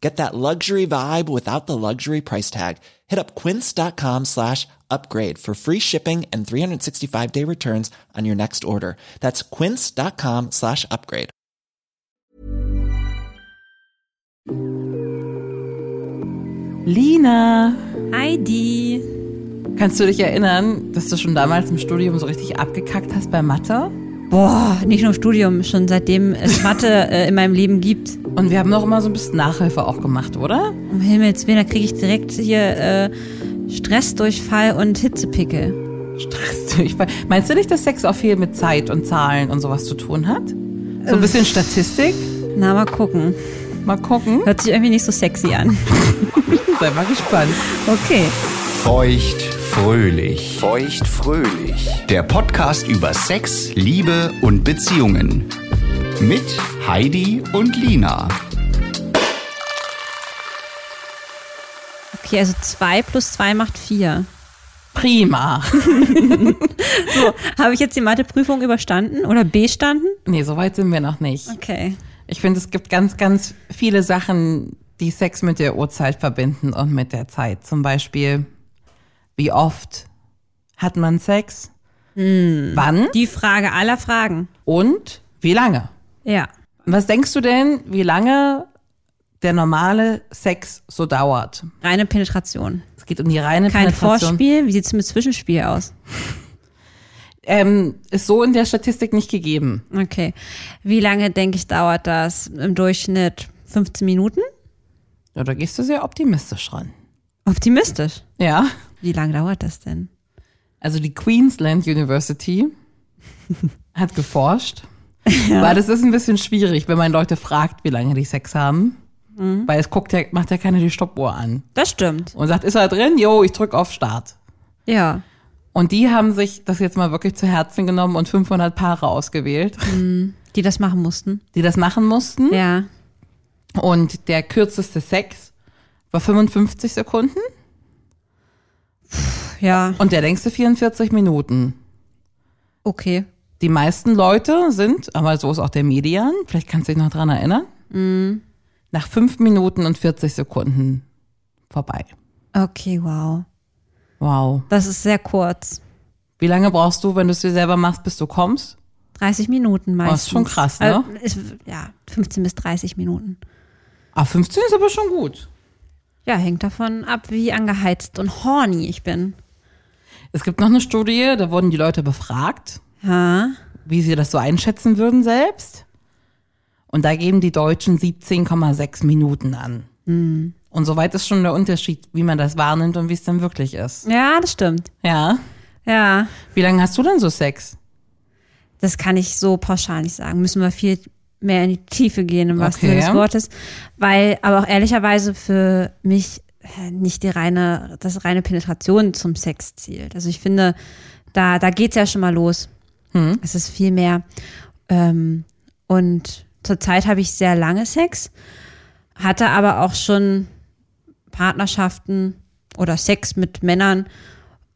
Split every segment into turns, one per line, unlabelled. Get that luxury vibe without the luxury price tag. Hit up quince.com slash upgrade for free shipping and 365-day returns on your next order. That's quince.com slash upgrade.
Lina,
Heidi.
kannst du dich erinnern, dass du schon damals im Studium so richtig abgekackt hast bei Mathe?
Boah, nicht nur im Studium, schon seitdem es Mathe äh, in meinem Leben gibt.
Und wir haben noch immer so ein bisschen Nachhilfe auch gemacht, oder?
Um Himmels Willen, da kriege ich direkt hier äh, Stressdurchfall und Hitzepickel.
Stressdurchfall. Meinst du nicht, dass Sex auch viel mit Zeit und Zahlen und sowas zu tun hat? So ein bisschen Statistik?
Na, mal gucken.
Mal gucken.
Hört sich irgendwie nicht so sexy an.
Sei mal gespannt.
Okay.
Feucht fröhlich.
Feucht fröhlich.
Der Podcast über Sex, Liebe und Beziehungen. Mit Heidi und Lina.
Okay, also 2 plus 2 macht 4.
Prima.
Habe ich jetzt die Matheprüfung überstanden oder bestanden?
Nee, so weit sind wir noch nicht.
Okay.
Ich finde, es gibt ganz, ganz viele Sachen, die Sex mit der Uhrzeit verbinden und mit der Zeit. Zum Beispiel, wie oft hat man Sex?
Hm.
Wann?
Die Frage aller Fragen.
Und wie lange?
Ja.
Was denkst du denn, wie lange der normale Sex so dauert?
Reine Penetration.
Es geht um die reine
Kein
Penetration.
Vorspiel. Wie sieht's mit Zwischenspiel aus?
Ähm, ist so in der Statistik nicht gegeben.
Okay. Wie lange, denke ich, dauert das? Im Durchschnitt 15 Minuten?
Ja, da gehst du sehr optimistisch ran.
Optimistisch.
Ja.
Wie lange dauert das denn?
Also die Queensland University hat geforscht. Weil das ist ein bisschen schwierig, wenn man Leute fragt, wie lange die Sex haben. Weil es guckt ja, macht ja keiner die Stoppuhr an.
Das stimmt.
Und sagt, ist er drin? Jo, ich drück auf Start.
Ja.
Und die haben sich das jetzt mal wirklich zu Herzen genommen und 500 Paare ausgewählt,
Die das machen mussten.
die das machen mussten.
Ja.
Und der kürzeste Sex war 55 Sekunden
Ja.
und der längste 44 Minuten.
Okay.
Die meisten Leute sind, aber so ist auch der Median, vielleicht kannst du dich noch dran erinnern, nach fünf Minuten und 40 Sekunden vorbei.
Okay, wow.
Wow.
Das ist sehr kurz.
Wie lange brauchst du, wenn du es dir selber machst, bis du kommst?
30 Minuten
Oh,
meistens.
ist schon krass, ne?
Also, ist, ja, 15 bis 30 Minuten.
Ah, 15 ist aber schon gut.
Ja, hängt davon ab, wie angeheizt und horny ich bin.
Es gibt noch eine Studie, da wurden die Leute befragt,
Ja.
wie sie das so einschätzen würden selbst. Und da geben die Deutschen 17,6 Minuten an. Und soweit ist schon der Unterschied, wie man das wahrnimmt und wie es dann wirklich ist.
Ja, das stimmt.
Ja.
Ja.
Wie lange hast du denn so Sex?
Das kann ich so pauschal nicht sagen. Müssen wir viel mehr in die Tiefe gehen, im wahrsten
Okay.
Sinne des Wortes. Weil, aber auch ehrlicherweise für mich äh, nicht die reine, das reine Penetration zum Sex zielt. Also ich finde, da, da geht's ja schon mal los. Es ist viel mehr. Ähm, und zurzeit habe ich sehr lange Sex, hatte aber auch schon Partnerschaften oder Sex mit Männern,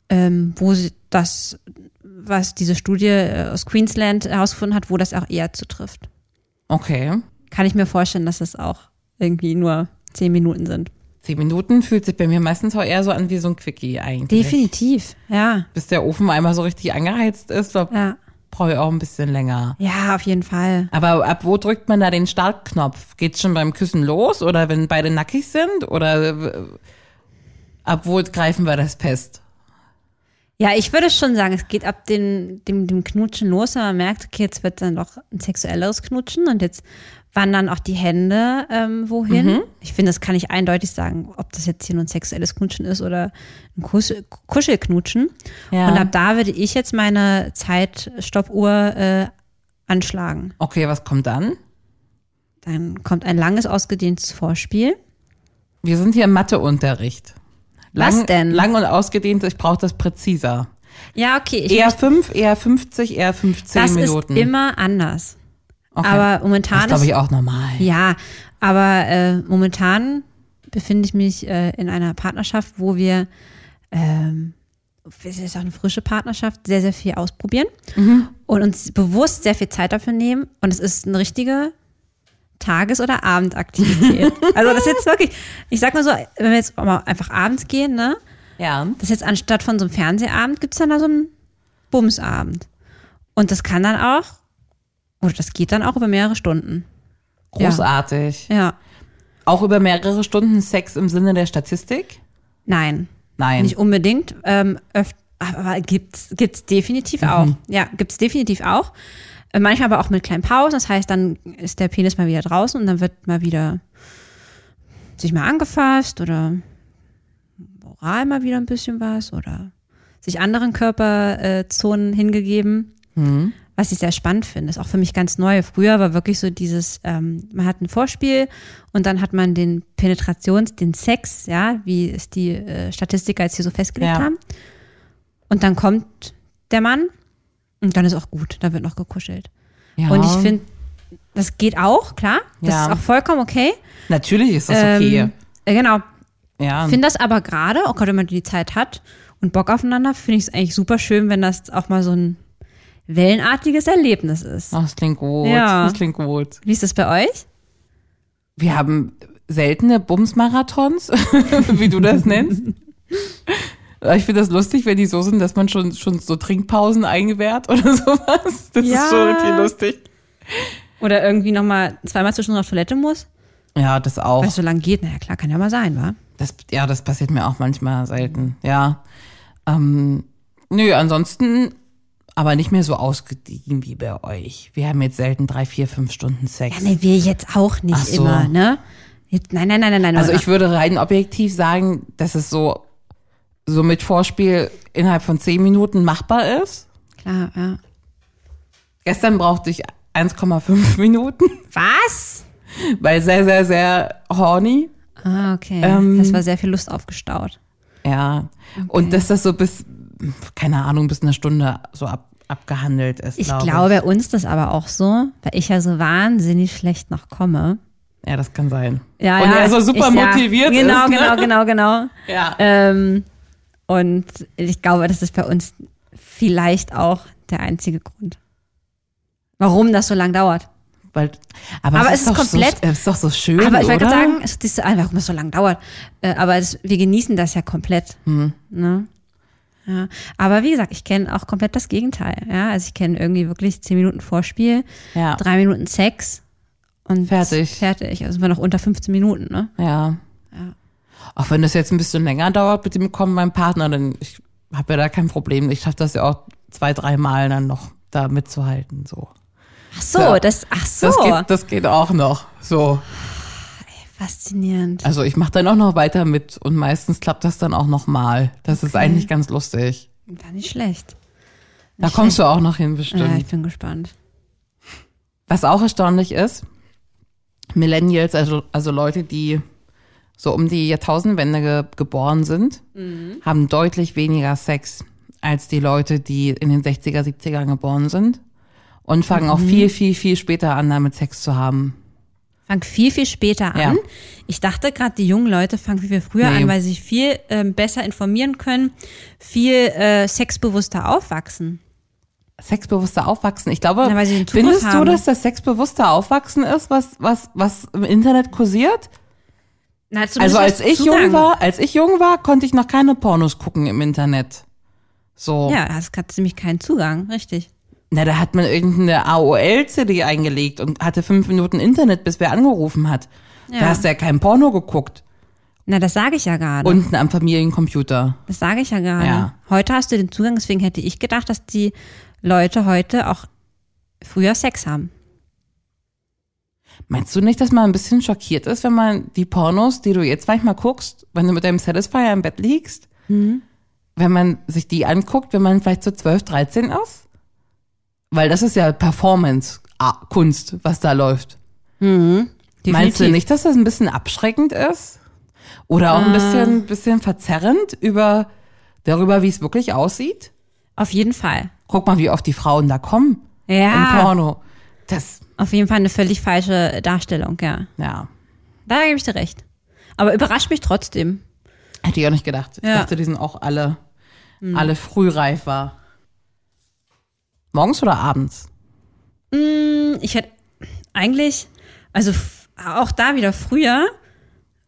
ähm, wo sie das, was diese Studie äh, aus Queensland herausgefunden hat, wo das auch eher zutrifft.
Okay.
Kann ich mir vorstellen, dass das auch irgendwie nur zehn Minuten sind.
Zehn Minuten fühlt sich bei mir meistens auch eher so an wie so ein Quickie eigentlich.
Definitiv, ja,
Bis der Ofen einmal so richtig angeheizt ist, da
ja.
brauche ich auch ein bisschen länger.
Ja, auf jeden Fall.
Aber ab wo drückt man da den Startknopf? Geht schon beim Küssen los oder wenn beide nackig sind? Oder w- ab wo greifen wir das fest?
Ja, ich würde schon sagen, es geht ab dem, dem, dem Knutschen los, wenn man merkt, okay, jetzt wird dann doch ein sexuelleres Knutschen und jetzt wandern auch die Hände ähm, wohin.
Mhm.
Ich finde, das kann ich eindeutig sagen, ob das jetzt hier nur ein sexuelles Knutschen ist oder ein Kus Kuschelknutschen.
Ja.
Und ab da würde ich jetzt meine Zeitstoppuhr äh, anschlagen.
Okay, was kommt dann?
Dann kommt ein langes, ausgedehntes Vorspiel.
Wir sind hier im Matheunterricht.
Was denn?
Lang und ausgedehnt, ich brauche das präziser.
Ja, okay. Ich
Eher 5, eher 50, eher 15
das
Minuten.
ist immer anders.
okay.
Aber
das
momentan
ist, glaube
ist
ich, auch normal.
Ja, aber äh, momentan befinde ich mich äh, in einer Partnerschaft, wo wir, ähm, es ist auch eine frische Partnerschaft, sehr, sehr viel ausprobieren und uns bewusst sehr viel Zeit dafür nehmen. Und es ist eine richtige Tages- oder Abendaktivität. also das ist jetzt wirklich, ich sag mal so, wenn wir jetzt mal einfach abends gehen, ne?
Ja.
Das ist jetzt anstatt von so einem Fernsehabend gibt's dann da so einen Bumsabend. Und das kann dann auch, oder das geht dann auch über mehrere Stunden.
Großartig.
Ja.
Auch über mehrere Stunden Sex im Sinne der Statistik?
Nein,
Nein.
nicht unbedingt. Ähm, öft, aber gibt's gibt's definitiv auch. Ja, gibt's definitiv auch. Äh, Manchmal aber auch mit kleinen Pausen. Das heißt, dann ist der Penis mal wieder draußen und dann wird mal wieder sich mal angefasst oder oral mal wieder ein bisschen was oder sich anderen Körperzonen hingegeben.
Mhm.
Was ich sehr spannend finde, ist auch für mich ganz neu. Früher war wirklich so dieses, ähm, man hat ein Vorspiel und dann hat man den Penetrations, den Sex, ja, wie es die äh, Statistiker jetzt hier so festgelegt
Ja.
haben. Und dann kommt der Mann und dann ist auch gut, da wird noch gekuschelt.
ja.
Und ich finde, das geht auch, klar, das
Ja.
ist auch vollkommen okay.
Natürlich ist das okay.
Ähm, äh, genau,
ja.
finde das aber gerade, auch gerade wenn man die Zeit hat und Bock aufeinander, finde ich es eigentlich super schön, wenn das auch mal so ein wellenartiges Erlebnis ist.
Ach, das klingt gut.
Ja.
Das klingt gut.
Wie ist das bei euch?
Wir haben seltene Bumsmarathons, wie du das nennst. Ich finde das lustig, wenn die so sind, dass man schon, schon so Trinkpausen eingewährt oder sowas. Das
Ja.
ist schon irgendwie lustig.
Oder irgendwie nochmal zweimal zwischendurch auf Toilette muss?
Ja, das auch.
Weil es so lang geht, naja klar, kann ja mal sein, wa?
Das, ja, das passiert mir auch manchmal selten. Ja. Ähm, nö, ansonsten aber nicht mehr so ausgediehen wie bei euch. Wir haben jetzt selten drei, vier, fünf Stunden Sex.
Ja, nee, wir jetzt auch nicht
Ach so.
immer, ne? Jetzt, nein, nein, nein, nein, nein.
Also
oder-
ich würde rein objektiv sagen, dass es so, so mit Vorspiel innerhalb von zehn Minuten machbar ist.
Klar, ja.
Gestern brauchte ich 1,5 Minuten,
Was?
weil sehr, sehr, sehr horny.
Ah, okay.
Ähm.
das war sehr viel Lust aufgestaut.
Ja. Und dass das so bis, keine Ahnung, bis eine Stunde so ab, abgehandelt ist.
Ich
glaube
glaube, bei uns das aber auch so, weil ich ja so wahnsinnig schlecht noch komme.
ich. Ja, das kann sein.
Ja,
Und
ja,
er so super
ich, ja,
motiviert
genau,
ist. Ne?
Genau, genau, genau.
Ja.
Ähm, und ich glaube, das ist bei uns vielleicht auch der einzige Grund, warum das so lang dauert.
Weil, aber,
aber
es ist,
es ist
doch
komplett-
So, es ist doch so schön,
aber ich wollte
oder?
gerade sagen, es ist nicht so, ah, warum es so lang dauert. Äh, aber es, wir genießen das ja komplett. Ne? Ja. Aber wie gesagt, ich kenne auch komplett das Gegenteil. Ja? Also ich kenne irgendwie wirklich zehn Minuten Vorspiel,
ja.
drei Minuten Sex und
Fertig.
Fertig. Also sind wir noch unter 15 Minuten, ne?
Ja. Auch wenn das jetzt ein bisschen länger dauert mit dem Kommen meinem Partner, dann ich habe ja da kein Problem. Ich schaffe das ja auch zwei, dreimal dann noch da mitzuhalten. So.
Ach so,
Ja.
das, ach so.
Das, geht, das geht auch noch. So.
Faszinierend.
Also ich mache dann auch noch weiter mit und meistens klappt das dann auch nochmal. Das ist eigentlich ganz lustig.
War nicht schlecht.
Da kommst du auch noch hin,
Ja,
bestimmt.
ich bin gespannt.
Was auch erstaunlich ist, Millennials, also, also Leute, die so um die Jahrtausendwende ge geboren sind,
Mhm.
haben deutlich weniger Sex als die Leute, die in den 60er, 70ern geboren sind und fangen
Mhm.
auch viel, viel, viel später an, damit Sex zu haben.
Fang viel, viel später an.
Ja.
Ich dachte gerade, die jungen Leute fangen viel, viel früher
Nee.
an, weil sie sich viel ähm, besser informieren können, viel äh, sexbewusster aufwachsen.
Sexbewusster aufwachsen. Ich glaube,
Na, weil sie den Zugriff
findest du,
haben.
dass das sexbewusster aufwachsen ist, was, was, was im Internet kursiert?
Na,
Also
zumindest
als
hast du
ich jung
Zugang.
war, als ich jung war, konnte ich noch keine Pornos gucken im Internet. So.
Ja, hast gerade ziemlich keinen Zugang, richtig.
Na, da hat man irgendeine AOL-CD eingelegt und hatte fünf Minuten Internet, bis wer angerufen hat. Da
Ja.
hast du ja kein Porno geguckt.
Na, das sage ich ja gerade.
Unten am Familiencomputer.
Das sage ich ja gerade.
Ja.
Heute hast du den Zugang, deswegen hätte ich gedacht, dass die Leute heute auch früher Sex haben.
Meinst du nicht, dass man ein bisschen schockiert ist, wenn man die Pornos, die du jetzt manchmal guckst, wenn du mit deinem Satisfier im Bett liegst, wenn man sich die anguckt, wenn man vielleicht so 12, 13 ist? Weil das ist ja Performance-Kunst, was da läuft. Meinst du
Definitiv. Äh.
nicht, dass das ein bisschen abschreckend ist? Oder auch ein bisschen, bisschen verzerrend über, darüber, wie es wirklich aussieht?
Auf jeden Fall.
Guck mal, wie oft die Frauen da kommen im
Ja.
Porno. Das,
Auf jeden Fall eine völlig falsche Darstellung, ja.
ja,
Da gebe ich dir recht. Aber überrascht mich trotzdem.
hätte ich auch nicht gedacht. Ich
Ja. Hm.
dachte, die sind auch alle, alle frühreif war. Morgens oder abends?
Ich hätte eigentlich, also f- auch da wieder früher,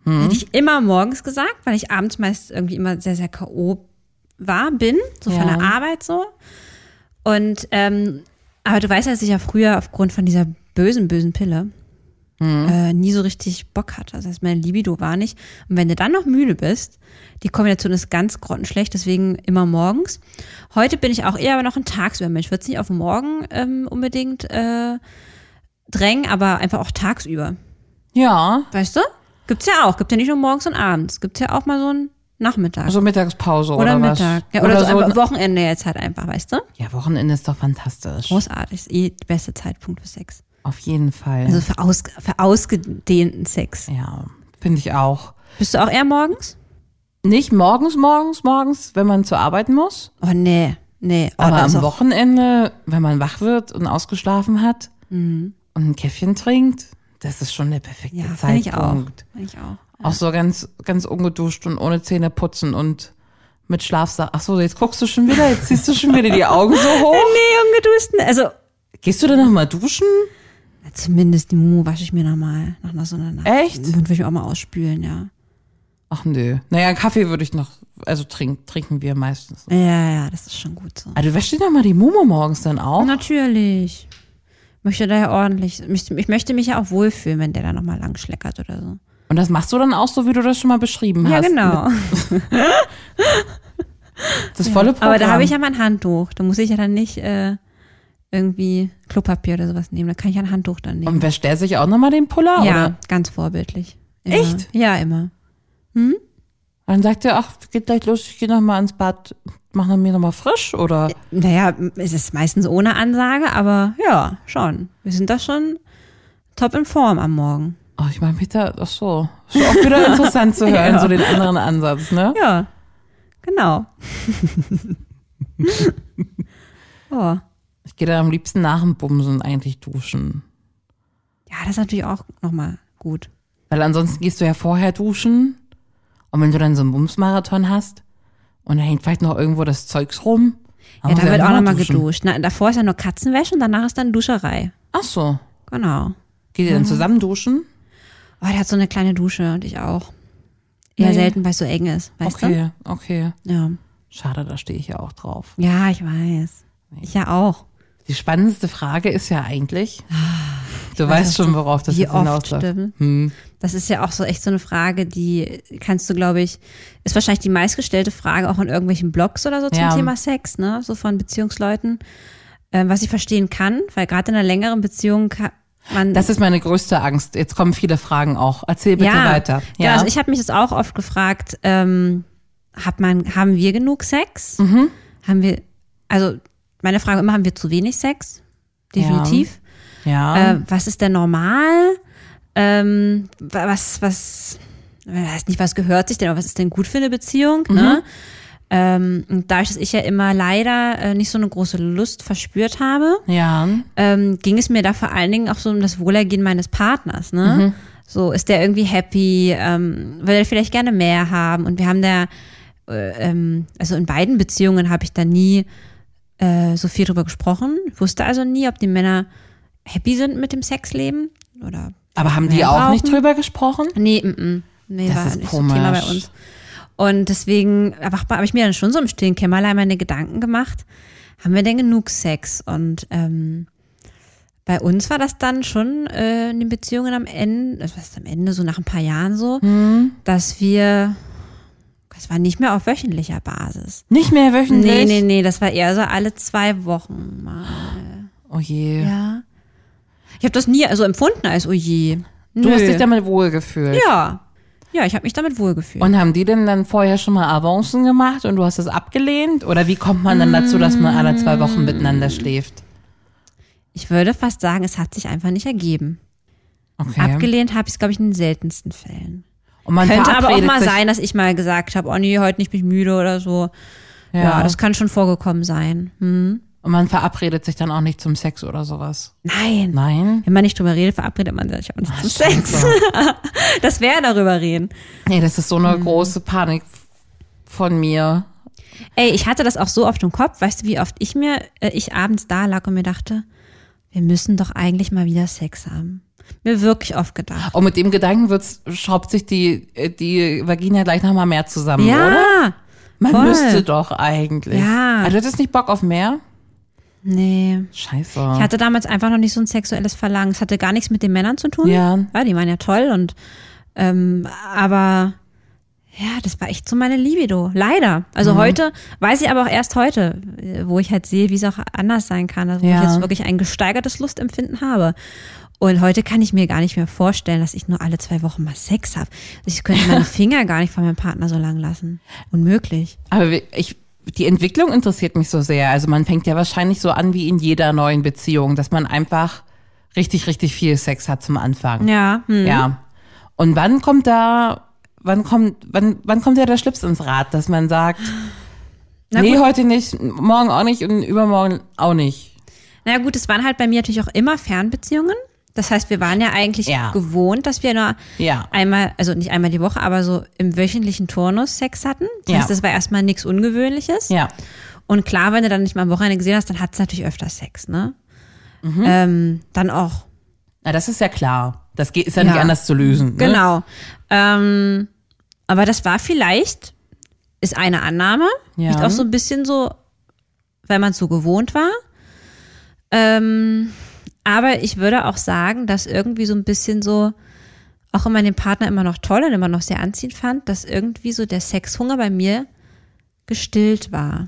hätte ich immer morgens gesagt, weil ich abends meist irgendwie immer sehr, sehr K.O. war, bin, so von
Ja.
der Arbeit so. Und, ähm, aber du weißt ja, dass ich ja früher aufgrund von dieser bösen, bösen Pille äh, nie so richtig Bock hatte. Das heißt, meine Libido war nicht. Und wenn du dann noch müde bist, die Kombination ist ganz grottenschlecht, deswegen immer morgens. Heute bin ich auch eher aber noch ein Tagsübermensch. Ich würde es nicht auf morgen ähm, unbedingt äh, drängen, aber einfach auch tagsüber.
Ja,
Weißt du? Gibt's ja auch. Gibt ja nicht nur morgens und abends. Gibt's ja auch mal so einen Nachmittag.
also Mittagspause oder,
oder,
was?
Mittag. Ja, oder, so,
ein-
am Wochenende jetzt halt einfach, weißt du?
ja, Wochenende ist doch fantastisch.
Großartig. Ist eh der beste Zeitpunkt für Sex.
Auf jeden Fall.
Also für, aus, für ausgedehnten Sex.
ja, finde ich auch.
Bist du auch eher morgens?
Nicht morgens, morgens, morgens, wenn man zur Arbeit muss,
Oh, nee. Nee. Oh,
aber
das
am
ist auch-
Wochenende, wenn man wach wird und ausgeschlafen hat und ein Käffchen trinkt, das ist schon der perfekte
Mhm. Ja, finde ich auch.
Zeitpunkt.
Finde ich auch.
auch. so ganz, ganz ungeduscht und ohne Zähne putzen und mit Schlafsack. Ach so, jetzt guckst du schon wieder, jetzt ziehst du schon wieder die Augen so hoch.
Nee, ungeduschten. Also,
Gehst du denn noch mal duschen?
na, zumindest die Mumu wasche ich mir nochmal nach einer so einer Nacht.
Echt?
Den Mund würde ich auch mal ausspülen, ja.
Ach nö. Naja, Kaffee würde ich noch, also trink, trinken wir meistens.
Ja, ja, das ist schon gut so.
Ah, du wäschst dir noch mal die Mumu morgens dann auch?
Natürlich. Möchte da ja ordentlich. mich- Ich möchte mich ja auch wohlfühlen, wenn der da nochmal lang schleckert oder so.
Und das machst du dann auch so, wie du das schon mal beschrieben hast.
genau.
Das volle Programm.
Aber da habe ich ja mein Handtuch. Da muss ich ja dann nicht äh, irgendwie Klopapier oder sowas nehmen. Da kann ich ja ein Handtuch dann nehmen.
Und wäscht der sich auch nochmal den Puller?
ja,
Oder?
ganz vorbildlich. Immer.
Echt?
Ja, immer.
Dann sagt er, ach, geht gleich los, ich gehe nochmal ins Bad, mach noch mir nochmal frisch oder?
Naja, es ist meistens ohne Ansage, aber ja, schon. Wir sind da schon top in Form am Morgen.
Oh, ich meine, Peter, ach so. Ist auch wieder interessant zu hören,
Ja.
so den anderen Ansatz, ne?
Ja, genau. oh.
Ich gehe dann am liebsten nach dem Bumsen eigentlich duschen.
Ja, das ist natürlich auch nochmal gut.
Weil ansonsten gehst du ja vorher duschen. Und wenn du dann so einen Bumsmarathon hast und da hängt vielleicht noch irgendwo das Zeugs rum. dann
Ja,
musst
da
du
wird auch
noch mal
nochmal
duschen.
geduscht. Na, davor ist ja nur Katzenwäsche und danach ist dann Duscherei.
Ach so.
Genau.
Geht ihr dann zusammen duschen?
Oh, der hat so eine kleine Dusche und ich auch. Eher
Nee.
selten, weil es so eng ist, weißt
Okay, okay.
du? Ja.
Schade, da stehe ich ja auch drauf.
ja, ich weiß. Ich ja auch.
Die spannendste Frage ist ja eigentlich, du
Ah, weiß,
weißt
dass
schon,
du-
worauf das
Also, wie
jetzt
oft
hinausläuft.
stimmt.
Hm.
Das ist ja auch so echt so eine Frage, die kannst du, glaube ich, ist wahrscheinlich die meistgestellte Frage auch in irgendwelchen Blogs oder so zum
Ja.
Thema Sex, ne? So von Beziehungsleuten. Ähm, was ich verstehen kann, weil gerade in einer längeren Beziehung kann man
Das ist meine größte Angst. Jetzt kommen viele Fragen auch. Erzähl bitte weiter.
Ja, also ich habe mich das auch oft gefragt, ähm, hat man, haben wir genug Sex?
Mhm.
Haben wir, also meine Frage immer, haben wir zu wenig Sex? Definitiv.
ja.
Äh, was ist denn normal? Ähm, wa- was, was, ich weiß nicht, was gehört sich denn, aber was ist denn gut für eine Beziehung?
Mhm.
Ne? Ähm, und dadurch, dass ich ja immer leider äh, nicht so eine große Lust verspürt habe,
ja.
ähm, ging es mir da vor allen Dingen auch so um das Wohlergehen meines Partners. Ne? So, ist der irgendwie happy? Ähm, will er vielleicht gerne mehr haben? Und wir haben da, äh, ähm, also in beiden Beziehungen habe ich da nie äh, so viel drüber gesprochen. Wusste also nie, ob die Männer happy sind mit dem Sexleben oder
Aber haben die
Ja,
auch nicht
brauchen-
drüber gesprochen?
Nee, mm, mm. nee
Das
war
ist
nicht
komisch.
so Thema bei uns. Und deswegen habe ich mir dann schon so im stillen Kämmerlein meine Gedanken gemacht. haben wir denn genug Sex? Und ähm, bei uns war das dann schon äh, in den Beziehungen am Ende, das war am Ende so nach ein paar Jahren so,
Mhm.
dass wir, das war nicht mehr auf wöchentlicher Basis.
Nicht mehr wöchentlich?
Nee, nee, nee, das war eher so alle zwei Wochen mal.
Oh je.
Ja. Ich habe das nie so empfunden als, oh je.
Du hast dich
damit
damit wohlgefühlt.
Ja. Ja, ich habe mich damit wohlgefühlt.
Und haben die denn dann vorher schon mal Avancen gemacht und du hast das abgelehnt? Oder wie kommt man dann dazu, dass man alle zwei
Mm.
Wochen miteinander schläft?
ich würde fast sagen, es hat sich einfach nicht ergeben.
Okay.
Abgelehnt habe ich es, glaube ich, in den seltensten Fällen.
und man
Könnte aber auch
verabredet
mal
sich-
sein, dass ich mal gesagt habe, oh nee, heute nicht mich müde oder so.
Ja.
Ja, das kann schon vorgekommen sein. Hm.
Und man verabredet sich dann auch nicht zum Sex oder sowas.
Nein.
Nein?
Wenn man nicht drüber redet, verabredet man sich auch nicht zum Sex. das wäre darüber reden.
Nee, das ist so
Mhm.
eine große Panik von mir.
Ey, ich hatte das auch so oft im Kopf. Weißt du, wie oft ich mir, äh, ich abends da lag und mir dachte, wir müssen doch eigentlich mal wieder Sex haben. Mir wirklich oft gedacht.
Und mit dem Gedanken wird's, schraubt sich die, äh, die Vagina gleich nochmal mehr zusammen,
ja.
oder? Man
voll.
müsste doch eigentlich.
Ja.
Also, du hättest nicht Bock auf mehr?
Nee.
Scheiße.
Ich hatte damals einfach noch nicht so ein sexuelles Verlangen. Es hatte gar nichts mit den Männern zu tun.
Ja.
ja die waren ja toll und ähm, aber ja, das war echt so meine Libido. Leider. Also
Mhm.
heute, weiß ich aber auch erst heute, äh, wo ich halt sehe, wie es auch anders sein kann, also wo
Ja.
ich jetzt wirklich ein gesteigertes Lustempfinden habe. Und heute kann ich mir gar nicht mehr vorstellen, dass ich nur alle zwei Wochen mal Sex habe. Ich könnte meine Finger gar nicht von meinem Partner so lang lassen. Unmöglich.
Aber wir- ich, die Entwicklung interessiert mich so sehr. Also man fängt ja wahrscheinlich so an wie in jeder neuen Beziehung, dass man einfach richtig, richtig viel Sex hat zum Anfang.
Ja. Hm.
Ja. Und wann kommt da, wann kommt, wann, wann kommt ja der Schlips ins Rad, dass man sagt,
Na
nee,
gut.
heute nicht, morgen auch nicht und übermorgen auch nicht.
Naja gut, es waren halt bei mir natürlich auch immer Fernbeziehungen. Das heißt, wir waren ja eigentlich
Ja.
gewohnt, dass wir nur
Ja.
einmal, also nicht einmal die Woche, aber so im wöchentlichen Turnus Sex hatten. Das
Ja.
heißt, das war erstmal nichts Ungewöhnliches.
Ja.
Und klar, wenn du dann nicht mal am Wochenende gesehen hast, dann hat's natürlich öfter Sex, ne?
Mhm.
Ähm, dann auch.
Na, das ist ja klar. Das geht, ist ja, nicht
Ja.
anders zu lösen. Ne?
Genau. Ähm, aber das war vielleicht, ist eine Annahme,
Ja.
vielleicht auch so ein bisschen so, weil man es so gewohnt war. Ähm, aber ich würde auch sagen, dass irgendwie so ein bisschen so, auch wenn man den Partner immer noch toll und immer noch sehr anziehend fand, dass irgendwie so der Sexhunger bei mir gestillt war.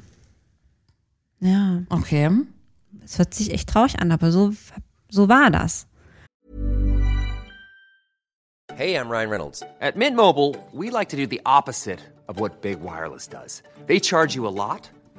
Ja,
Okay.
es hört sich echt traurig an, aber so, so war das.
Hey, I'm Ryan Reynolds. At Mint Mobile, we like to do the opposite of what Big Wireless does. They charge you a lot,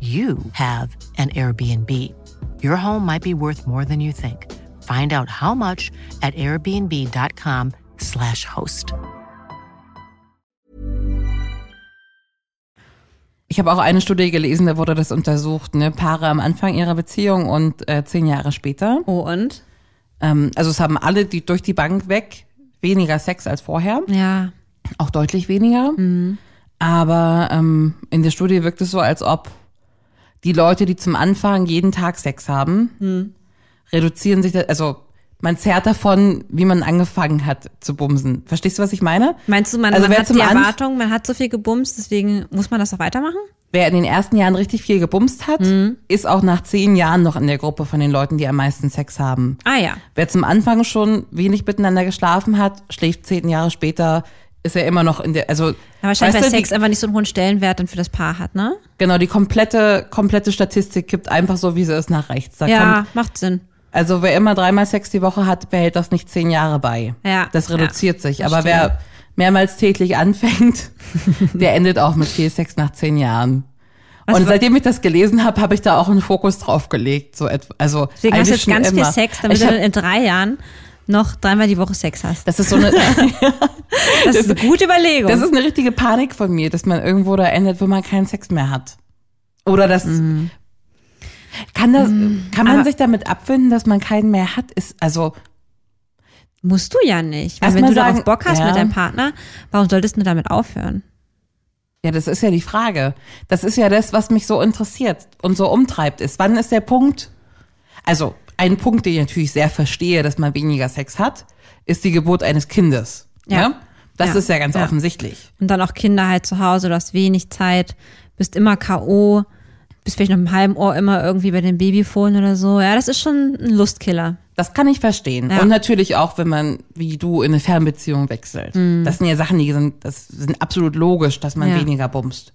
you have an Airbnb. Your home might be worth more than you think. Find out how much at airbnb.com/slash host.
Ich habe auch eine Studie gelesen, da wurde das untersucht, ne? Paare am Anfang ihrer Beziehung und äh, zehn Jahre später.
Oh, und?
Ähm, also es haben alle die durch die Bank weg weniger Sex als vorher,
Ja.
auch deutlich weniger.
Mhm.
Aber ähm, in der Studie wirkt es so, als ob die Leute, die zum Anfang jeden Tag Sex haben,
Mhm.
reduzieren sich, da- also man zerrt davon, wie man angefangen hat zu bumsen. Verstehst du, was ich meine?
Meinst du, man,
Also
man
wer
hat
zum
die
Anf-
Erwartung, man hat so viel gebumst, deswegen muss man das auch weitermachen?
Wer in den ersten Jahren richtig viel gebumst hat,
Mhm.
ist auch nach zehn Jahren noch in der Gruppe von den Leuten, die am meisten Sex haben.
Ah ja.
Wer zum Anfang schon wenig miteinander geschlafen hat, schläft zehn Jahre später, ist er immer noch in der, also
Ja, wahrscheinlich,
weißt
weil
du,
Sex
die,
einfach nicht so einen hohen Stellenwert dann für das Paar hat, ne?
genau die komplette komplette Statistik kippt einfach so, wie sie ist nach rechts. Da
ja,
kommt,
macht Sinn.
Also wer immer dreimal Sex die Woche hat, behält das nicht zehn Jahre bei.
Ja,
Das reduziert
ja,
sich. Aber
verstehe.
wer mehrmals täglich anfängt, der endet auch mit viel Sex nach zehn Jahren.
Also-
und seitdem ich das gelesen habe, habe ich da auch einen Fokus drauf gelegt. So etwa, also
Deswegen hast du
eigentlich
jetzt
schon
ganz
immer.
viel Sex, damit
Ich
du
hab-
dann in drei Jahren noch dreimal die Woche Sex hast.
das ist so eine,
Das ist eine gute Überlegung.
das ist eine richtige Panik von mir, dass man irgendwo da endet, wo man keinen Sex mehr hat. Oder das, kann das, kann man
Mhm. Aber-
sich damit abfinden, dass man keinen mehr hat? Ist, also,
Musst du ja nicht. Weil
Erst
wenn
mal Also
du
sagen,
darauf Bock hast
ja.
mit deinem Partner, warum solltest du damit aufhören?
Ja, das ist ja die Frage. Das ist ja das, was mich so interessiert und so umtreibt ist. Wann ist der Punkt? Also, ein Punkt, den ich natürlich sehr verstehe, dass man weniger Sex hat, ist die Geburt eines Kindes. Ja.
Ja.
Das
Ja.
ist ja ganz
Ja.
offensichtlich.
Und dann auch Kinder halt zu Hause, du hast wenig Zeit, bist immer K.O., bist vielleicht noch im halben Ohr immer irgendwie bei den Babyfohlen oder so. Ja, das ist schon ein Lustkiller.
Das kann ich verstehen.
Ja.
Und natürlich auch, wenn man, wie du, in eine Fernbeziehung wechselt. Das sind ja Sachen, die sind, das sind absolut logisch, dass man
Ja.
weniger bumst.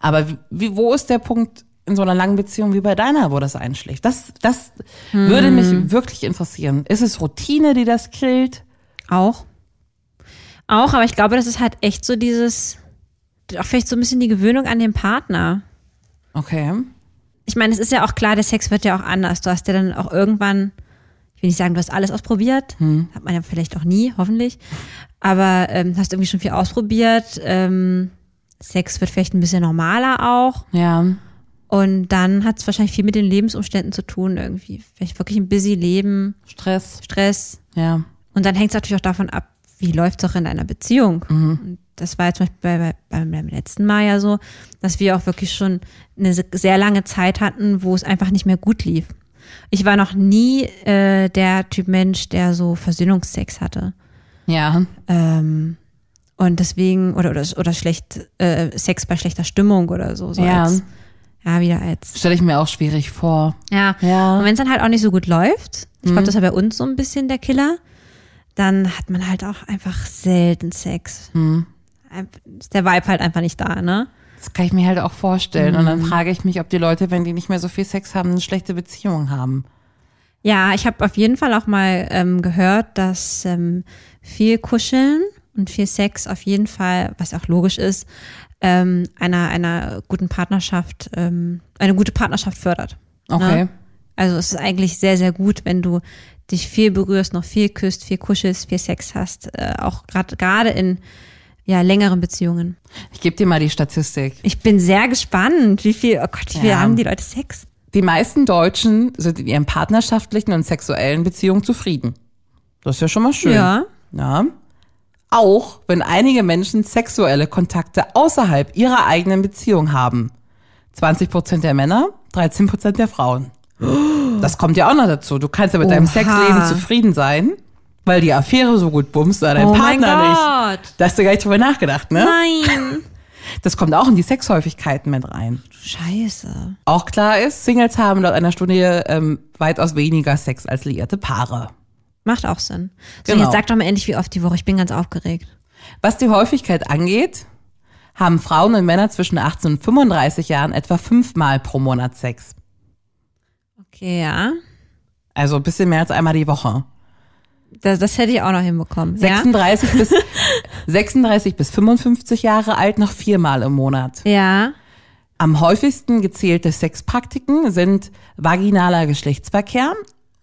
Aber wie, wo ist der Punkt in so einer langen Beziehung wie bei deiner, wo das einschlägt? Das, das würde mich wirklich interessieren. Ist es Routine, die das killt?
Auch. Auch, aber ich glaube, das ist halt echt so dieses, auch vielleicht so ein bisschen die Gewöhnung an den Partner.
Okay.
ich meine, es ist ja auch klar, der Sex wird ja auch anders. Du hast ja dann auch irgendwann, ich will nicht sagen, du hast alles ausprobiert, hat man ja vielleicht auch nie, hoffentlich, aber ähm, hast irgendwie schon viel ausprobiert. Ähm, Sex wird vielleicht ein bisschen normaler auch.
Ja.
Und dann hat es wahrscheinlich viel mit den Lebensumständen zu tun irgendwie. Vielleicht wirklich ein busy Leben,
Stress.
Stress.
Ja.
Und dann hängt es natürlich auch davon ab, wie läuft es auch in deiner Beziehung. Und Das war jetzt zum Beispiel bei, bei, beim- beim letzten Mal ja so, dass wir auch wirklich schon eine se- sehr lange Zeit hatten, wo es einfach nicht mehr gut lief. Ich war noch nie äh, der Typ Mensch, der so Versöhnungsex hatte.
Ja.
Ähm, und deswegen, oder, oder, oder schlecht, äh, Sex bei schlechter Stimmung oder so. so
Ja.
Als, ja, wieder als.
Stelle ich mir auch schwierig vor.
Ja.
Ja.
Und wenn es dann halt auch nicht so gut läuft, ich glaube, das war bei uns so ein bisschen der Killer, dann hat man halt auch einfach selten Sex. Ein- Ist der Vibe halt einfach nicht da, ne?
Das kann ich mir halt auch vorstellen. Und dann frage ich mich, ob die Leute, wenn die nicht mehr so viel Sex haben, eine schlechte Beziehung haben.
Ja, ich habe auf jeden Fall auch mal ähm, gehört, dass ähm, viel Kuscheln und viel Sex auf jeden Fall, was auch logisch ist, ähm, einer einer guten Partnerschaft, ähm, eine gute Partnerschaft fördert.
Okay.
Ne? Also es ist eigentlich sehr, sehr gut, wenn du dich viel berührst, noch viel küsst, viel kuschelst, viel Sex hast, äh, auch gerade gerade in ja, längeren Beziehungen.
Ich gebe dir mal die Statistik.
Ich bin sehr gespannt, wie viel, oh Gott, wie viel
Ja.
haben die Leute Sex?
Die meisten Deutschen sind in ihren partnerschaftlichen und sexuellen Beziehungen zufrieden. Das ist ja schon mal schön.
Ja.
Ja. Auch wenn einige Menschen sexuelle Kontakte außerhalb ihrer eigenen Beziehung haben. 20 Prozent der Männer, 13 Prozent der Frauen. Das kommt ja auch noch dazu. Du kannst ja mit deinem
Oha.
Sexleben zufrieden sein, weil die Affäre so gut bumst, aber dein
Oh mein
Partner
Gott.
nicht. Da hast du gar nicht drüber nachgedacht, ne?
Nein.
Das kommt auch in die Sexhäufigkeiten mit rein.
Scheiße.
Auch klar ist, Singles haben laut einer Studie ähm, weitaus weniger Sex als liierte Paare.
Macht auch Sinn. So,
Genau.
jetzt sag doch mal endlich, wie oft die Woche. Ich bin ganz aufgeregt.
Was die Häufigkeit angeht, haben Frauen und Männer zwischen 18 und 35 Jahren etwa fünfmal pro Monat Sex.
Okay, ja.
Also ein bisschen mehr als einmal die Woche.
Das, das hätte ich auch noch hinbekommen. Ja?
36, bis, 36 bis 55 Jahre alt noch viermal im Monat.
ja.
Am häufigsten gezählte Sexpraktiken sind vaginaler Geschlechtsverkehr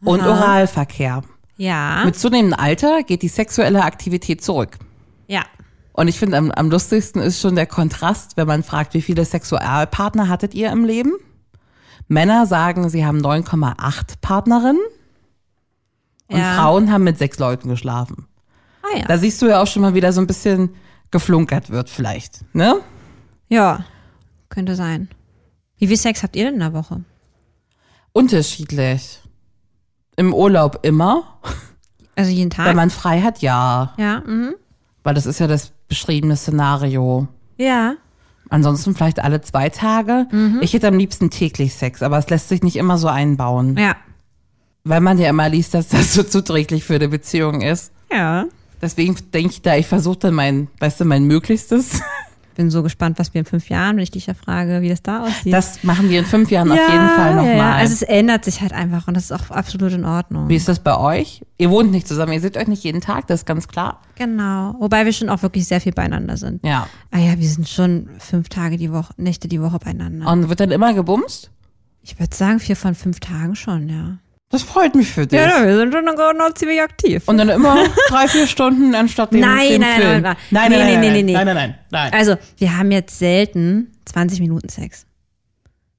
und Oralverkehr.
Ja.
Mit zunehmendem Alter geht die sexuelle Aktivität zurück.
ja.
Und ich finde, am, am lustigsten ist schon der Kontrast, wenn man fragt, wie viele Sexualpartner hattet ihr im Leben? Männer sagen, sie haben 9,8 Partnerinnen und
ja.
Frauen haben mit sechs Leuten geschlafen.
Ah, ja.
Da siehst du ja auch schon mal wieder so ein bisschen geflunkert wird vielleicht, ne?
ja. Könnte sein. Wie viel Sex habt ihr denn in der Woche?
Unterschiedlich. Im Urlaub immer.
Also jeden Tag?
Wenn man frei hat, ja.
ja. Mhm.
Weil das ist ja das beschriebene Szenario.
Ja.
Ansonsten vielleicht alle zwei Tage.
Mhm.
Ich hätte am liebsten täglich Sex, aber es lässt sich nicht immer so einbauen.
Ja.
weil man ja immer liest, dass das so zuträglich für eine Beziehung ist.
Ja.
Deswegen denke ich da, ich versuche dann mein, weißt du, mein Möglichstes.
bin so gespannt, was wir in fünf Jahren, wenn ich dich ja frage, wie das da aussieht.
Das machen wir in fünf Jahren auf jeden Fall nochmal.
Ja, ja. Also es ändert sich halt einfach und das ist auch absolut in Ordnung.
Wie ist das bei euch? Ihr wohnt nicht zusammen, ihr seht euch nicht jeden Tag, das ist ganz klar.
Genau. Wobei wir schon auch wirklich sehr viel beieinander sind.
Ja.
Ah ja, wir sind schon fünf Tage die Woche, Nächte die Woche beieinander.
Und wird dann immer gebumst?
ich würde sagen, vier von fünf Tagen schon, ja.
Das freut mich für dich.
Ja, ja wir sind schon noch, noch ziemlich aktiv.
Und dann immer drei, vier Stunden anstatt dem,
Nein,
dem
nein,
Film.
nein, nein, nein. Nee, nee, nee, nee.
nein, nein, nein, nein.
also, wir haben jetzt selten 20 Minuten Sex.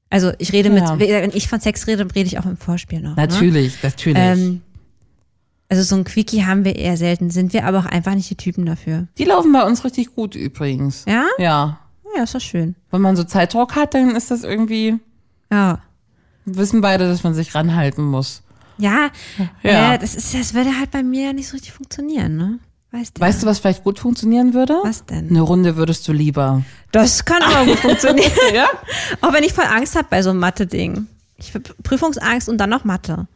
Also, ich rede
Ja.
mit, wenn ich von Sex rede, rede ich auch im Vorspiel noch. Ne?
Natürlich, natürlich.
Ähm, also, so ein Quickie haben wir eher selten, sind wir aber auch einfach nicht die Typen dafür.
Die laufen bei uns richtig gut übrigens.
Ja?
Ja.
Ja, ist doch schön.
Wenn man so Zeitdruck hat, dann ist das irgendwie,
Ja.
wissen beide, dass man sich ranhalten muss.
Ja,
Ja.
Äh, das, ist, das würde halt bei mir ja nicht so richtig funktionieren, ne? Weißt du?
Weißt ne? du, was vielleicht gut funktionieren würde?
Was denn?
Eine Runde würdest du lieber.
Das kann auch gut funktionieren.
Ja?
Auch wenn ich voll Angst habe bei so einem Mathe-Ding. Ich hab Prüfungsangst und dann noch Mathe.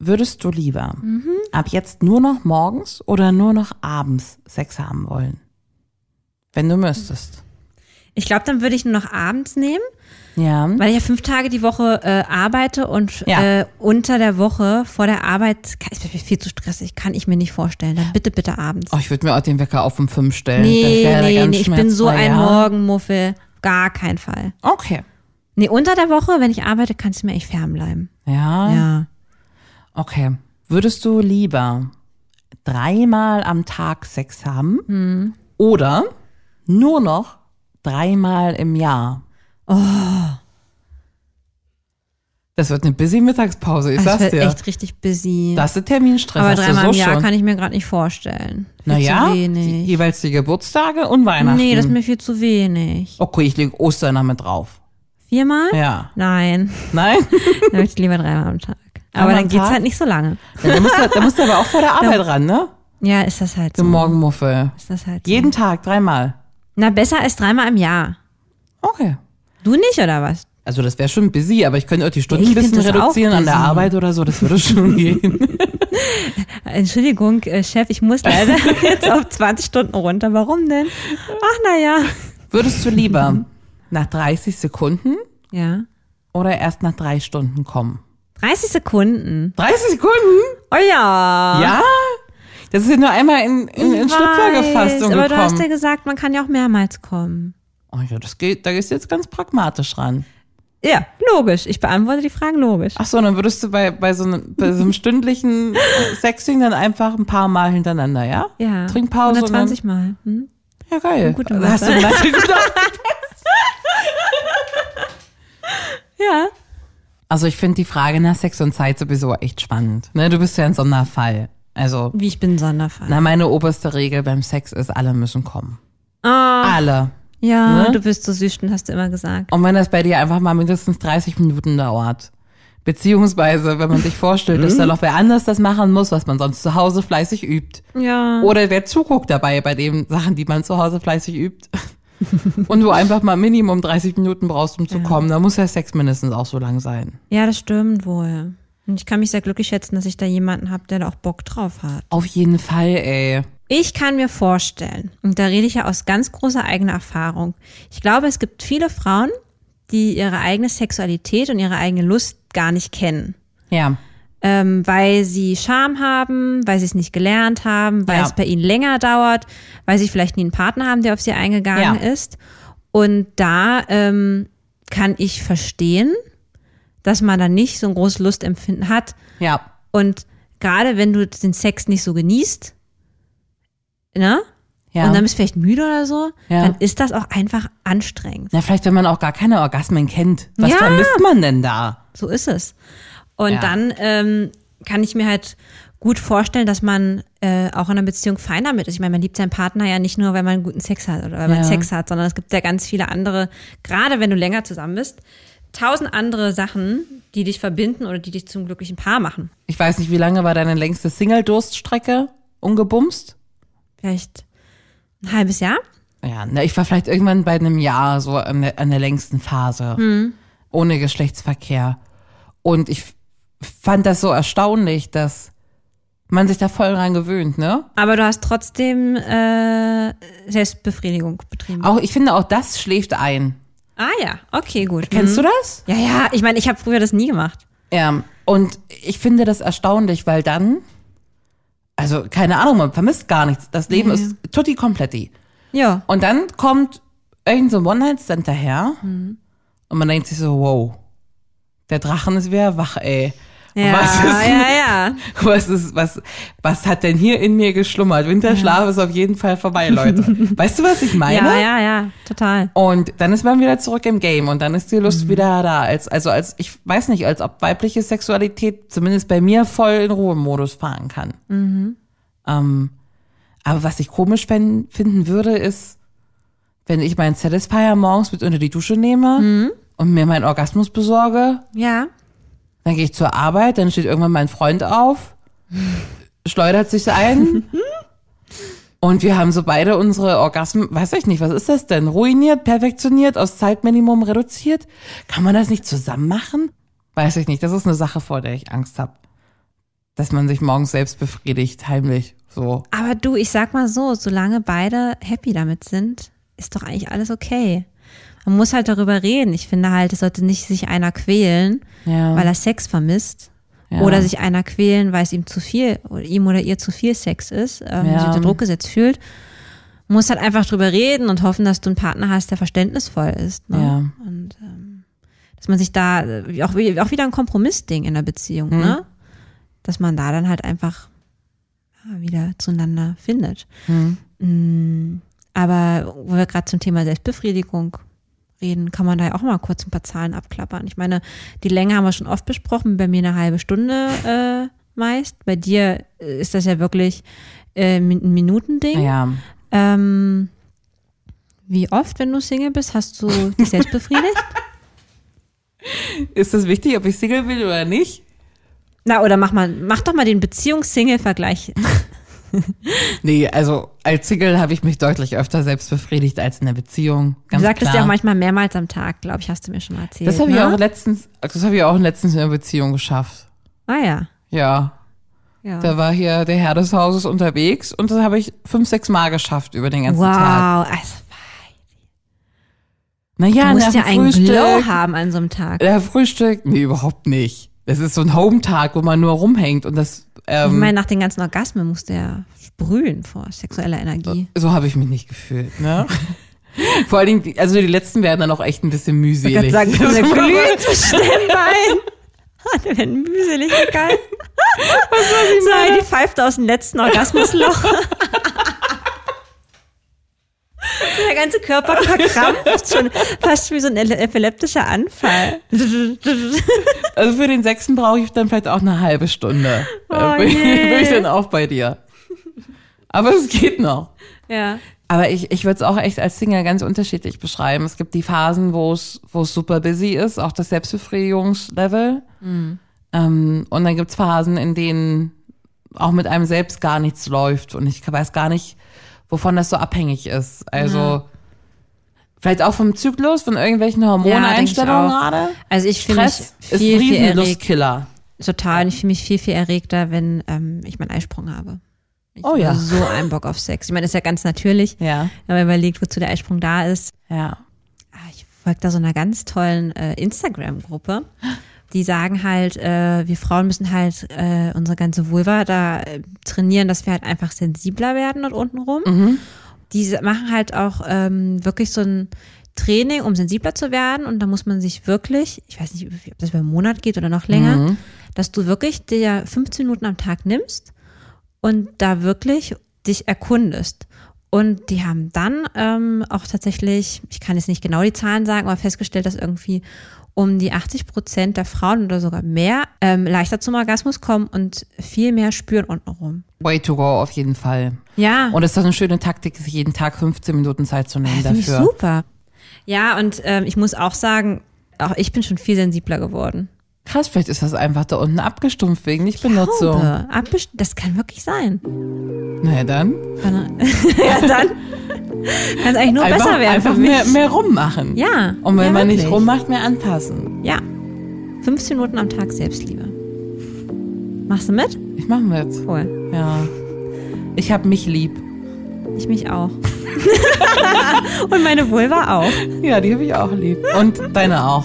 Würdest du lieber
Mhm.
ab jetzt nur noch morgens oder nur noch abends Sex haben wollen? Wenn du müsstest.
Ich glaube, dann würde ich nur noch abends nehmen,
Ja.
weil ich ja fünf Tage die Woche äh, arbeite und
Ja.
äh, unter der Woche vor der Arbeit kann, ist mir viel zu stressig, kann ich mir nicht vorstellen. Dann bitte, bitte abends.
Oh, ich würde mir auch den Wecker auf um fünf stellen.
nee,
Das wäre
nee,
ganz
nee, ich bin so
schmerzfrei,
ein
ja?
Morgenmuffel. Gar kein Fall.
Okay.
Nee, unter der Woche, wenn ich arbeite, kann es mir echt fern bleiben.
Ja.
Ja.
Okay. Würdest du lieber dreimal am Tag Sex haben
Hm.
oder nur noch dreimal im Jahr? Oh. Das wird eine busy Mittagspause, ich
Also
sag's
ich bin
dir.
echt richtig busy.
Das ist Terminstress.
Aber
hast
dreimal
du
im
so
Jahr
schon.
kann ich mir gerade nicht vorstellen. Viel
naja,
zu
die,
wenig.
jeweils die Geburtstage und Weihnachten.
Nee, das ist mir viel zu wenig.
okay, ich lege Ostern damit drauf.
Viermal?
Ja.
Nein,
Nein?
dann möchte ich lieber dreimal am Tag. Aber
am
dann geht's
Tag?
halt nicht so lange.
da, musst du, da musst du aber auch vor der Arbeit ran, ne?
Ja, ist das halt so.
Du Morgenmuffel.
Ist das halt so.
Jeden Tag dreimal.
Na, besser als dreimal im Jahr.
Okay.
Du nicht, oder was?
Also das wäre schon busy, aber ich könnte auch die Stunden
Ich
ein bisschen
find das auch
reduzieren an der
busy.
Arbeit oder so, das würde schon gehen.
Entschuldigung, äh, Chef, ich muss leider jetzt auf 20 Stunden runter. Warum denn? Ach, na ja.
Würdest du lieber nach 30 Sekunden
Ja.
oder erst nach drei Stunden kommen?
30 Sekunden.
30 Sekunden?
Oh ja.
Ja? Das ist ja nur einmal in, in, in
Ich
Schlüpfer
weiß,
gefasst und
Aber du hast ja
gekommen.
gesagt, man kann ja auch mehrmals kommen.
Oh ja, das geht, da gehst du jetzt ganz pragmatisch ran.
Ja, logisch. Ich beantworte die Fragen logisch.
Ach so, dann würdest du bei, bei, so, einem, bei so einem stündlichen äh, Sexing dann einfach ein paar Mal hintereinander, ja?
Ja.
Trinkpause. und dann-
120 Mal. Hm?
Ja, geil.
Gute
Da
Mathe.
hast du Mathe gedacht.
Ja.
Also ich finde die Frage nach Sex und Zeit sowieso echt spannend. Ne, du bist ja ein Sonderfall. Also,
Wie ich bin Sonderfall.
na, meine oberste Regel beim Sex ist, alle müssen kommen.
Ah,
Alle.
ja,
ne?
du bist so süß, hast du immer gesagt.
Und wenn das bei dir einfach mal mindestens 30 Minuten dauert, beziehungsweise wenn man sich vorstellt,
Hm?
dass da noch wer anders das machen muss, was man sonst zu Hause fleißig übt.
Ja.
Oder wer zuguckt dabei bei den Sachen, die man zu Hause fleißig übt. Und du einfach mal Minimum 30 Minuten brauchst, um zu kommen, dann muss der Sex mindestens auch so lang sein.
Ja, das stimmt wohl. Und ich kann mich sehr glücklich schätzen, dass ich da jemanden habe, der da auch Bock drauf hat.
Auf jeden Fall, ey.
Ich kann mir vorstellen, und da rede ich ja aus ganz großer eigener Erfahrung. Ich glaube, es gibt viele Frauen, die ihre eigene Sexualität und ihre eigene Lust gar nicht kennen.
Ja.
ähm, weil sie Scham haben, weil sie es nicht gelernt haben, weil
Ja.
es bei ihnen länger dauert, weil sie vielleicht nie einen Partner haben, der auf sie eingegangen
Ja.
ist. Und da ähm, kann ich verstehen, dass man da nicht so ein großes Lustempfinden hat.
Ja.
Und gerade wenn du den Sex nicht so genießt, ne?
Ja.
Und dann bist du vielleicht müde oder so,
Ja.
dann ist das auch einfach anstrengend.
Na, vielleicht, wenn man auch gar keine Orgasmen kennt. Was
Ja.
vermisst man denn da?
So ist es. Und
Ja.
dann ähm, kann ich mir halt gut vorstellen, dass man äh, auch in einer Beziehung fein damit ist. Ich meine, man liebt seinen Partner ja nicht nur, weil man guten Sex hat oder weil
Ja.
man Sex hat, sondern es gibt ja ganz viele andere, gerade wenn du länger zusammen bist, tausend andere Sachen, die dich verbinden oder die dich zum glücklichen Paar machen.
Ich weiß nicht, wie lange war deine längste Single-Durststrecke ungebumst?
Vielleicht ein halbes Jahr?
Ja, na, ich war vielleicht irgendwann bei einem Jahr so an der, an der längsten Phase. Ohne Geschlechtsverkehr. Und ich f- fand das so erstaunlich, dass man sich da voll rein gewöhnt, ne?
Aber du hast trotzdem äh, Selbstbefriedigung betrieben.
Auch, ich finde, auch das schläft ein.
Ah ja, okay, gut.
Kennst
Mhm.
du das?
Ja, ja, ich meine, ich habe früher das nie gemacht.
Ja, und ich finde das erstaunlich, weil dann, also keine Ahnung, man vermisst gar nichts. Das Leben ist tutti kompletti.
Ja.
Und dann kommt irgend so ein One-Night-Stand daher
Mhm.
und man denkt sich so, wow, der Drachen ist wieder wach, ey.
Ja,
was ist denn-
Ah, ja, ja.
Was ist, was, was hat denn hier in mir geschlummert? Winterschlaf ist auf jeden Fall vorbei, Leute. weißt du, was ich meine?
Ja, ja, ja, total.
Und dann ist man wieder zurück im Game und dann ist die Lust wieder da. Als, also als, ich weiß nicht, als ob weibliche Sexualität zumindest bei mir voll in Ruhemodus fahren kann. Ähm, aber was ich komisch fänd, finden würde, ist, wenn ich meinen Satisfier morgens mit unter die Dusche nehme und mir meinen Orgasmus besorge,
Ja.
dann gehe ich zur Arbeit, dann steht irgendwann mein Freund auf, schleudert sich ein. Und wir haben so beide unsere Orgasmen, weiß ich nicht, was ist das denn? Ruiniert, perfektioniert, aus Zeitminimum reduziert? Kann man das nicht zusammen machen? Weiß ich nicht, das ist eine Sache, vor der ich Angst habe. Dass man sich morgens selbst befriedigt, heimlich, so.
Aber du, ich sag mal so, solange beide happy damit sind, ist doch eigentlich alles okay. Man muss halt darüber reden. Ich finde halt, es sollte nicht sich einer quälen,
Ja.
weil er Sex vermisst.
Ja.
Oder sich einer quälen, weil es ihm zu viel, oder ihm oder ihr zu viel Sex ist, ähm,
Ja.
sich unter Druck gesetzt fühlt. Muss halt einfach drüber reden und hoffen, dass du einen Partner hast, der verständnisvoll ist. Ne?
Ja.
Und ähm, dass man sich da äh, auch, wie- auch wieder ein Kompromissding in der Beziehung, ne? Dass man da dann halt einfach ja, wieder zueinander findet. Mm, Aber wo wir gerade zum Thema Selbstbefriedigung reden, kann man da ja auch mal kurz ein paar Zahlen abklappern. Ich meine, die Länge haben wir schon oft besprochen, bei mir eine halbe Stunde äh, meist. Bei dir äh, ist das ja wirklich äh, min- ein Minutending.
Ja.
Ähm, wie oft, wenn du Single bist, hast du dich selbst befriedigt?
Ist das wichtig, ob ich Single bin oder nicht?
Na, oder mach mal, mach doch mal den Beziehungs-Single-Vergleich.
Nee, also als Single habe ich mich deutlich öfter selbst befriedigt als in der Beziehung.
Du
Ganz
sagtest
klar.
ja auch manchmal mehrmals am Tag, glaube ich, hast du mir schon mal erzählt.
Das habe ich
ne?
auch letztens, also das habe ich auch letztens in einer Beziehung geschafft.
Ah ja.
Ja.
ja.
Da war hier der Herr des Hauses unterwegs und das habe ich fünf, sechs Mal geschafft über den ganzen
wow.
Tag.
Also, du
Naja, nach
musst ja
dem
einen Glow
Frühstück.
haben an so einem Tag.
Nach Frühstück? Nee, überhaupt nicht. Das ist so ein Home-Tag, wo man nur rumhängt und das,
Ich
ähm,
meine, nach den ganzen Orgasmen musst du ja sprühen vor sexueller Energie.
so habe ich mich nicht gefühlt, ne? Vor allen Dingen, die- also die letzten werden dann auch echt ein bisschen
Ich wollte
mühselig.
gerade
Das
sagen,
war-
glüht so schnell rein. Der wird mühselig, egal. Was soll ich so, Die pfeift aus dem letzten Orgasmusloch. Der ganze Körper verkrampft schon. Fast wie so ein ele- epileptischer Anfall.
Also für den sechsten brauche ich dann vielleicht auch eine halbe Stunde. Da
Oh
bin, ich-
je.
bin ich dann auch bei dir. Aber es geht noch.
ja.
Aber ich, ich würde es auch echt als Single ganz unterschiedlich beschreiben. Es gibt die Phasen, wo es wo es super busy ist, auch das Selbstbefriedigungslevel.
Mhm.
Ähm, und dann gibt's Phasen, in denen auch mit einem selbst gar nichts läuft und ich weiß gar nicht, wovon das so abhängig ist. Also vielleicht auch vom Zyklus, von irgendwelchen Hormoneinstellungen
Ja,
gerade.
Also ich fühle mich
Stress ist ein
viel, viel erregt.
Riesenlustkiller.
Total. Und ich fühle mich viel, viel erregter, wenn ähm, ich meinen Eisprung habe. Ich
Oh ja.
habe so einen Bock auf Sex. Ich meine, das ist ja ganz natürlich.
Ja,
Wenn man überlegt, wozu der Eisprung da ist.
ja.
Ah, ich folge da so einer ganz tollen äh, Instagram-Gruppe. Die sagen halt, äh, wir Frauen müssen halt äh, unsere ganze Vulva da äh, trainieren, dass wir halt einfach sensibler werden dort unten rum. Die s- machen halt auch ähm, wirklich so ein Training, um sensibler zu werden. Und da muss man sich wirklich, ich weiß nicht, ob das über einen Monat geht oder noch länger, dass du wirklich dir 15 Minuten am Tag nimmst und da wirklich dich erkundest. Und die haben dann ähm, auch tatsächlich, ich kann jetzt nicht genau die Zahlen sagen, aber festgestellt, dass irgendwie um die 80 Prozent der Frauen oder sogar mehr ähm, leichter zum Orgasmus kommen und viel mehr spüren untenrum.
Way to go auf jeden Fall.
Ja,
Und es ist doch eine schöne Taktik, sich jeden Tag 15 Minuten Zeit zu nehmen
finde ich
dafür.
super. Ja, und ähm, ich muss auch sagen, auch ich bin schon viel sensibler geworden.
Krass, vielleicht ist das einfach da unten abgestumpft wegen Nichtbenutzung.
Haube, abbest- Das kann wirklich sein.
Na ja, dann
Kann- ja, dann kann es eigentlich nur
einfach,
besser werden.
einfach
für mich.
mehr, mehr rummachen.
Ja,
Und wenn
ja,
man nicht
wirklich.
rummacht, mehr anpassen.
Ja. 15 Minuten am Tag Selbstliebe. Machst du mit?
Ich mache mit.
Cool.
Ja. Ich hab mich lieb.
Ich mich auch. Und meine Vulva auch.
Ja, die hab ich auch lieb. Und deine auch.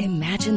Imagine